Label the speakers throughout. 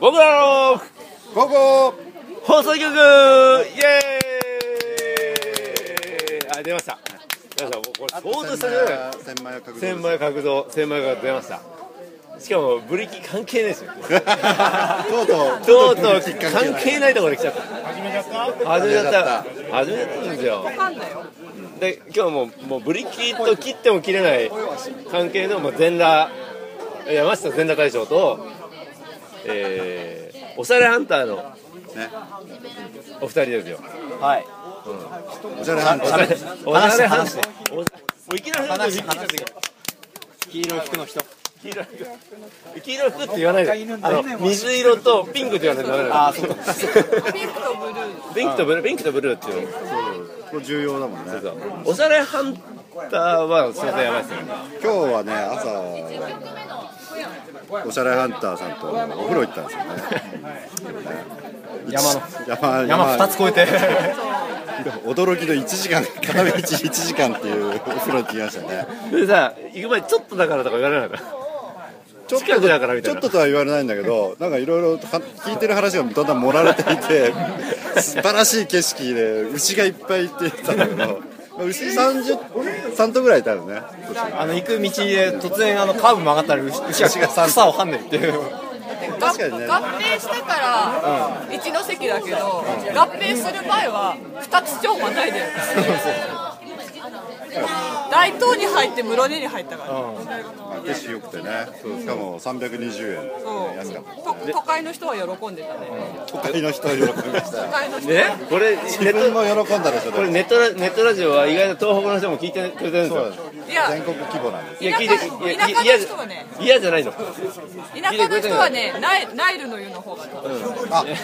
Speaker 1: 僕らの
Speaker 2: 午後
Speaker 1: 放送局イエーイあ出ました出ましたこれ相当する
Speaker 2: 千枚角
Speaker 1: 千枚角像千枚角像出ましたしかもブリキ関係ないですよ
Speaker 2: とう
Speaker 1: と
Speaker 2: とう
Speaker 1: うとう関係ないところに来ちゃった始めちゃった
Speaker 2: 始
Speaker 1: 始めちゃったんですよで今日ももうブリキと切っても切れない関係のもう全裸山下全裸大将とえー、おしゃれハンターの
Speaker 2: ね
Speaker 1: お二人ですよ
Speaker 3: はい。
Speaker 2: おしゃれハンタ
Speaker 1: おしゃれ
Speaker 2: ー
Speaker 1: おしゃれハン
Speaker 3: 話
Speaker 1: ターおもういきなり話びっくりしちゃったけど
Speaker 3: 黄色い服の人。
Speaker 1: 黄色い服黄色い服って言わないであの水色とピンクって言わないとダメだ
Speaker 3: あーそうか
Speaker 1: ピンクとブルーピンクとブルーっていうの
Speaker 2: これ重要だもんね
Speaker 1: そうおしゃれハンターはすいませんやばいですよ
Speaker 2: 今日はね朝おしゃれハンターさんとお風呂行ったんですよね
Speaker 3: 山の
Speaker 2: 山
Speaker 3: 山二つ越 えて。
Speaker 2: 驚きの1時間片道1時間っていうお風呂行ってきましたね
Speaker 1: それさ行く前ちょっとだからとか言われなかった
Speaker 2: ちょっ
Speaker 1: 近くだからみ
Speaker 2: ち
Speaker 1: たい
Speaker 2: ょっ
Speaker 1: な
Speaker 2: ととは言われないんだけどなんかいろいろ聞いてる話がだんだん盛られていて素晴らしい景色で牛がいっぱいいてたんだけど牛30 3頭ぐらいいたのね
Speaker 3: あの行く道で突然あのカーブ曲がったら牛牛が草をはんでるっていう。
Speaker 2: 確かにね
Speaker 4: 合併したから一ノ関だけど合併する前は二つ町はないで大東に入って室根に入ったから、
Speaker 2: 景色良くてねしかも320円
Speaker 4: そう
Speaker 2: 安かった
Speaker 4: と都会の人は喜んでたね
Speaker 2: 都会の人は喜びました
Speaker 4: 都会の人
Speaker 1: ねこれネ
Speaker 2: 自分
Speaker 1: ット
Speaker 2: も喜んだでしょ
Speaker 1: これネットラネットラジオは意外と東北の人も聞いてくれてるんです
Speaker 2: そうなん
Speaker 1: よ
Speaker 2: です
Speaker 4: いや
Speaker 2: 全国規模なんです
Speaker 1: いや聞いていやいや
Speaker 4: 田舎の人はね
Speaker 1: 嫌じゃないの
Speaker 4: 田舎の人はねナイナイルの湯の方が
Speaker 2: あそうなんで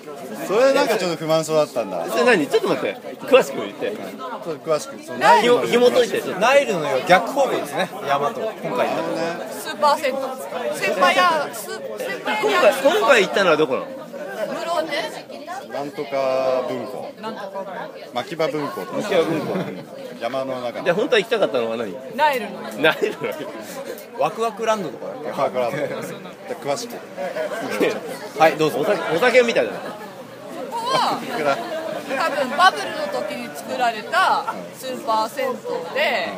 Speaker 2: すそれなんかちょっと不満そうだったんだち
Speaker 1: それ何ちょっと待って詳しく言って
Speaker 2: ょっと詳しくその
Speaker 1: ひも紐解いてちょっと
Speaker 3: ナイルのよ逆方向ですね。山と今回行ったとこ。
Speaker 4: スーパ ー銭湯先輩やス先輩に
Speaker 1: 今
Speaker 4: ある
Speaker 1: 回今回行ったのはどこなの
Speaker 4: 室根
Speaker 2: なんとか文庫
Speaker 4: なんとか
Speaker 2: 牧場文庫とか山の中の
Speaker 1: じゃあ本当は行きたかったのは何
Speaker 4: ナイルの湯
Speaker 1: ないの
Speaker 3: ワクワクランドとかだっ
Speaker 2: パークランドじゃあ詳しく
Speaker 3: け。はいどう
Speaker 1: お
Speaker 3: ぞ。
Speaker 1: 酒お酒みたいだな
Speaker 4: ここは多分バブルの時に作られたスーパー銭湯で、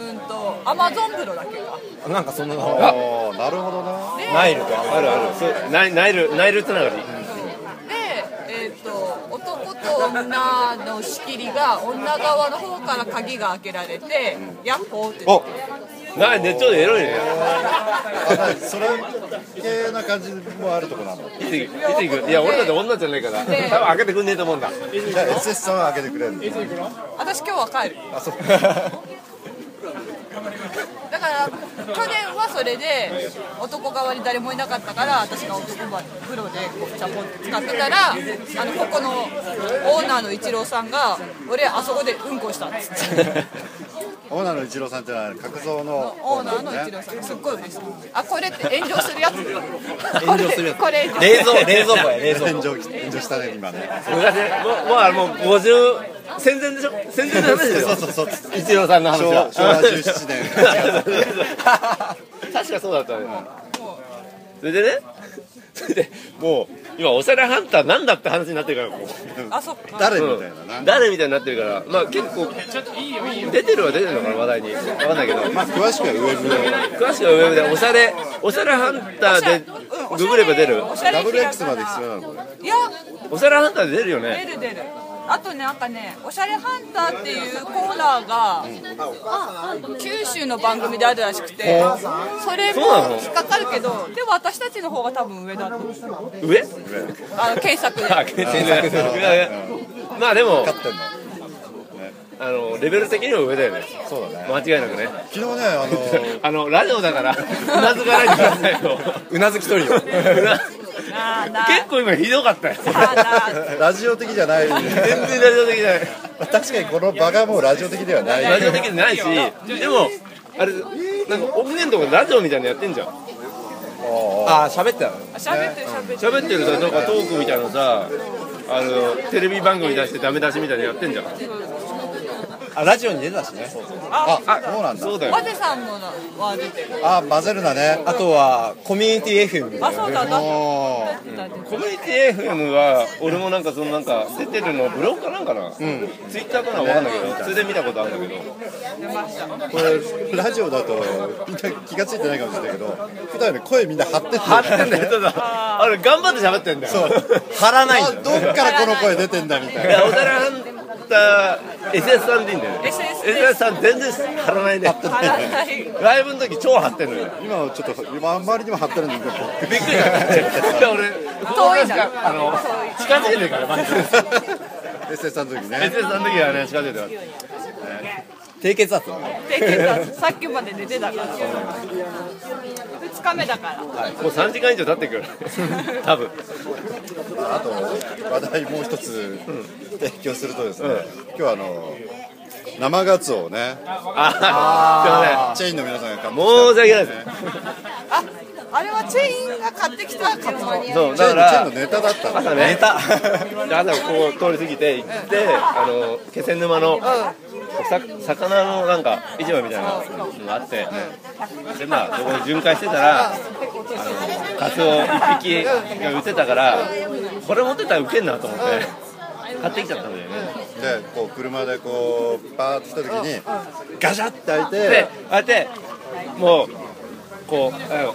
Speaker 4: うんとアマゾン風呂だけか。
Speaker 3: なんかそんな
Speaker 2: お
Speaker 3: の
Speaker 2: ーなるほどな
Speaker 4: で、
Speaker 3: ナイルと
Speaker 1: あるあるそうナイナイルナイルつながり
Speaker 4: で、えっ、と男と女の仕切りが女側の方から鍵が開けられて、ヤッホーって言って。
Speaker 1: なねちょっとエロいね
Speaker 2: あそれ系な感じもあるとこなんだ
Speaker 1: いつ行くいつ行くいや俺だって女じゃないから多分開けてくんねえと思うんだ
Speaker 2: じゃあ SS さんは開けてくれるんだ
Speaker 4: 私今日は帰る。
Speaker 2: あそう
Speaker 4: だから去年はそれで男側に誰もいなかったから私が男風呂でこうチャポンって使ってたらあのここのオーナーの一郎さんが「俺あそこでうんこした」っつって
Speaker 2: オーナーの一郎さんってのは角蔵の
Speaker 4: オーナーの一郎さんがすっごい嬉しいあこれって炎上するやつ
Speaker 3: 炎上するやつ
Speaker 4: これこれ
Speaker 3: 冷蔵冷蔵庫や冷蔵
Speaker 2: 炎
Speaker 3: 庫。
Speaker 2: 上炎上したね今ね
Speaker 1: 昔もうもうあれもう50戦前でしょ戦前の話でしょ
Speaker 2: そうそうそう
Speaker 1: 一郎さんの話
Speaker 2: 昭
Speaker 1: は
Speaker 2: 和昭和17年
Speaker 1: 確かそうだったねそれでねそれでもう今おしゃれハンターなんだって話になってるからもう
Speaker 4: あそっか
Speaker 2: 誰
Speaker 1: うん
Speaker 2: みたいなな
Speaker 1: 誰みたいになってるからまあ結構出てるは出てるのかな話題に分かんないけど
Speaker 2: まあ詳しくはウェブで
Speaker 1: 詳しくはウェブでおしゃれおしゃれハンターでググれば出る
Speaker 4: おしゃれ
Speaker 2: WX まで必要なのこれ
Speaker 4: いや
Speaker 1: おしゃれハンターで出るよね
Speaker 4: 出る出るあとねなんかね「おしゃれハンター」っていうコーナーが、九州の番組であるらしくてそれも
Speaker 1: そうなの
Speaker 4: 引っかかるけどでも私たちの方が多分上だと思う
Speaker 1: 上
Speaker 4: あの検索
Speaker 1: あ
Speaker 4: で
Speaker 1: 検索するいやいやまあでも
Speaker 2: 勝ってんの
Speaker 1: あのレベル的には上だよね
Speaker 2: そうだね
Speaker 1: 間違いなくね
Speaker 2: 昨日ねあの
Speaker 1: あのラジオだからうなずかないでください よ
Speaker 3: うなずき取るよ。
Speaker 1: うな
Speaker 4: なあなあ
Speaker 1: 結構今ひどか ったよ
Speaker 4: なあなあ
Speaker 2: ラジオ的じゃない、
Speaker 1: 全然ラジオ的じゃない
Speaker 2: 確かにこの場がもうラジオ的ではない
Speaker 1: ラジオ的じゃないしでもあれなんか音源とかラジオみたいなのやってんじゃん
Speaker 3: あー喋ってたの。
Speaker 4: 喋ってる喋ってる
Speaker 1: 喋ってるさなんかトークみたいなさあのテレビ番組出してダメ出しみたいなのやってんじゃん
Speaker 3: あラジオに出たしね
Speaker 2: あそうなんだ
Speaker 1: そうだよ
Speaker 4: マゼさんもなは出てる
Speaker 2: あ混ぜるなね
Speaker 3: あとはコミュニティ FM
Speaker 4: あそうだだって
Speaker 2: おー
Speaker 4: だって
Speaker 1: コミュニティ FM は俺もなんかそのなんか出てるのブログかなんかな、ツイッターかなわかんないけどそれで見たことあるんだけど
Speaker 4: 出ました
Speaker 2: これラジオだとみんな気がついてないかもしれないけど普段より声みんな張ってってる
Speaker 1: 張ってんだよただ あれ頑張って喋ってんだよ
Speaker 2: そう
Speaker 3: 貼らないん
Speaker 2: あ
Speaker 3: だよ
Speaker 2: どっからこの声出てんだみたい
Speaker 1: い
Speaker 2: な
Speaker 1: やおだらはんた SS さんでいいんだよね
Speaker 4: SS です
Speaker 1: SS さん全然張らないね
Speaker 4: 貼らない
Speaker 1: ライブの時超張ってるのよ
Speaker 2: 今はちょっと今あんまりにも張ってるんでびっく
Speaker 1: びっくりしたいや俺
Speaker 4: 遠いじゃん
Speaker 1: あの近づけてるから マジで
Speaker 2: り SS さんの時ね
Speaker 1: SS さんの時はね近づいてる
Speaker 3: 低血圧なの
Speaker 4: 低血圧さっきまで寝てたから2日目だから
Speaker 1: もう3時間以上経ってくる多 分
Speaker 2: あと話題もう一つ提供するとですね、今日はあの生ガツオをね
Speaker 1: あ
Speaker 2: チェインの皆さんが買
Speaker 1: すい
Speaker 2: って
Speaker 1: ません申し訳ないです
Speaker 4: ああれはチェインが買ってきたかも
Speaker 1: そう
Speaker 2: チェ
Speaker 1: だか
Speaker 2: インのチェインの
Speaker 1: ら
Speaker 2: ネタだったの
Speaker 1: 朝ね
Speaker 3: ネタ
Speaker 1: で朝こう通り過ぎて行ってあの気仙沼のさ魚のなんか市場みたいなのがあってでまあそこに巡回してたらあのカツオ1匹が売ってたからこれ持ってたらウケんなと思って買ってきちゃったんだよね
Speaker 2: でこう車でこうパーッと来た時に
Speaker 1: ガシャッ
Speaker 2: って開い
Speaker 1: で、
Speaker 2: て
Speaker 1: こうやって、もう、こう、あの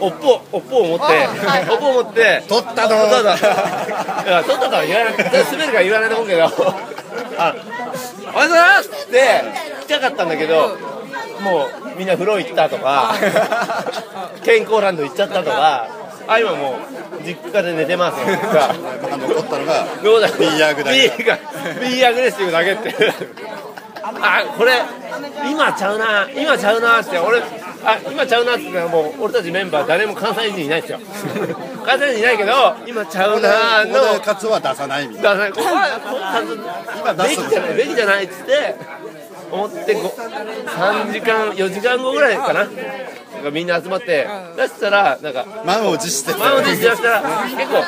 Speaker 1: おっぽ、おっぽを持って、おっぽを持って、
Speaker 2: 取ったぞー
Speaker 1: 取ったぞいや取ったぞは言わない、滑るから言わないと思うけど、あおはようございますって、来たかったんだけど、もうみんな風呂行ったとか、健康ランド行っちゃったとか、あ、今もう、実家で寝てますとか。
Speaker 2: まあ残ったのが
Speaker 1: どうだ
Speaker 2: ビーアグだけ
Speaker 1: B が B アグレッシブだけってあこれ今ちゃうな今ちゃうなって俺あ今ちゃうなって言ったらもう俺たちメンバー誰も関西人いないですよ 関西人いないけど今ちゃ
Speaker 2: こ
Speaker 1: う
Speaker 2: こで
Speaker 1: な
Speaker 2: ここで
Speaker 1: の
Speaker 2: カツオは出さないみたいな
Speaker 1: だからここはここは
Speaker 2: 今出
Speaker 1: べ
Speaker 2: す
Speaker 1: きじゃないべきじゃないっつって思ってご3時間4時間後ぐらいかななんかみんな集まって出したらなんか
Speaker 2: 満を持して
Speaker 1: 前の時出したら結構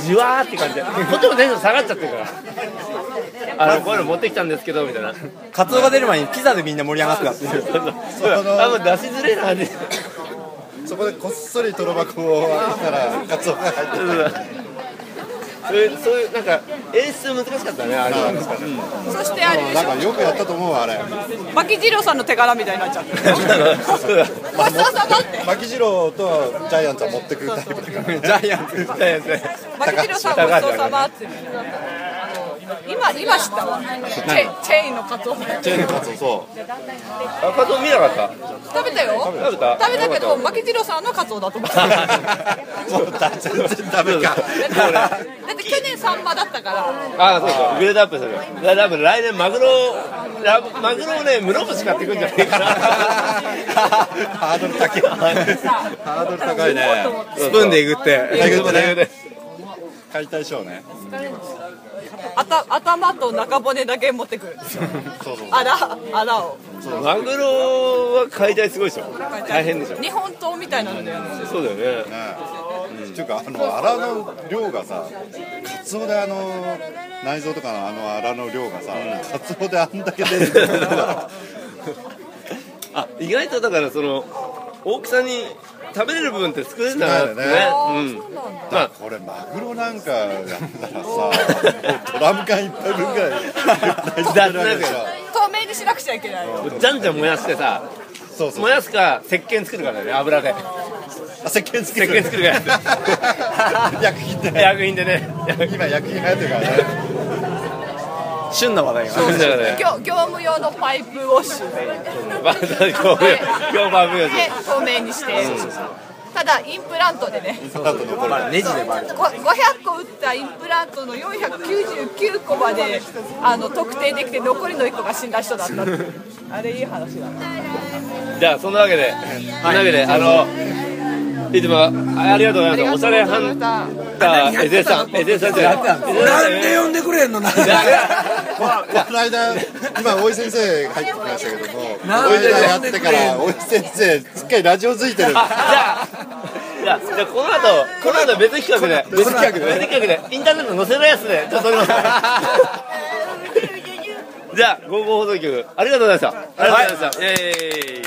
Speaker 1: じわーって感じでこっちもテンション下がっちゃってるからあのこういうの持ってきたんですけどみたいな
Speaker 3: カツオが出る前にピザでみんな盛り上がってたっていう
Speaker 1: あんま出しづれえなって
Speaker 2: そこでこっそりトロ箱を開けたらカツオが入ってる
Speaker 1: そういうそういうなんか演出難しかったねあれは
Speaker 4: そしてあれで
Speaker 2: なん
Speaker 4: し
Speaker 2: かよくやったと思うわあれ
Speaker 4: ょ牧次郎さんの手柄みたいになっちゃってる
Speaker 1: そうだ
Speaker 4: ごちそうさまって
Speaker 2: 牧次郎とジャイアンツは持ってくるタイプだから
Speaker 3: ジャイアンツ
Speaker 1: そうですね
Speaker 4: 牧次郎さんごちそうさまって今今知ったわチェチェインのカツオ食
Speaker 2: チェーンのカツオそう
Speaker 1: あカツオ見なかった
Speaker 4: べたよ
Speaker 1: 食べた
Speaker 4: 食べたけど牧次郎さんのカツオだと思っただ
Speaker 2: もうだ全然ダメか
Speaker 4: ってだって去年サンマだったから
Speaker 1: あそうそうグレードアップするだ多分来年マグロラマグロをね室伏買ってくんじゃないかな
Speaker 2: ハードル高いハードル高いね
Speaker 3: スプーンでえぐって
Speaker 2: えぐってね
Speaker 1: ね
Speaker 2: 解体ショーね
Speaker 4: あた頭と中骨だけ持ってくる
Speaker 2: そうそう
Speaker 4: あらあらを
Speaker 1: マグロは解体すごいでしょ大変でしょ
Speaker 4: 日本刀みたいなのだよね
Speaker 1: そうだよね
Speaker 2: ねっていうかあの荒の量がさカツオであの内臓とかのあの荒の量がさカツオであんだけ出るってことだから
Speaker 1: あ意外とだからその大きさに食べれる部分って少ないんだなってね
Speaker 2: 少ない
Speaker 4: あ
Speaker 1: うん
Speaker 4: ーそうなんだ
Speaker 1: まあ
Speaker 2: これマグロなんかやったらさもうドラム缶一杯分ぐらい入ってるわけでしょ
Speaker 4: 透明にしなくちゃいけない
Speaker 1: じゃんじゃん燃やしてさ
Speaker 2: そうそう
Speaker 1: 燃やすか石鹸作るからね油で
Speaker 2: あ石鹸作
Speaker 1: 石鹸作るか
Speaker 2: 薬品
Speaker 1: ら
Speaker 2: で
Speaker 1: 薬品でね
Speaker 2: 今薬品流行ってるからね
Speaker 3: 旬な話題が
Speaker 1: そうだから ね
Speaker 4: 業業務用のパイプウォッシュで
Speaker 1: まあ評判不要で
Speaker 4: 透明にしてただインプラントでね
Speaker 2: あと残る
Speaker 3: まあネジでバレる
Speaker 4: ご500個打ったインプラントの499個まであの特定できて残りの1個が死んだ人だったっていうあれいい話だな
Speaker 1: じゃあそんなわけでそんなわけであのいつもありがとうございますおしゃれハン
Speaker 4: タ
Speaker 1: ターエゼさんエゼさんじゃ ない
Speaker 5: なんで呼んでくれんのなんで
Speaker 2: この間今大井先生入ってきましたけども
Speaker 5: なん
Speaker 2: 大井
Speaker 5: で
Speaker 2: さんやってから大井先生すっかりラジオついてる
Speaker 1: あじゃあ、じゃあ、じゃあこの後、この後別企画で、別企画で、別企画で、インターネット載せるやつで、ちょっと撮ります。じゃあ、ゴーゴー放送局、ありがとうございました。ありがとうございました。イェーイ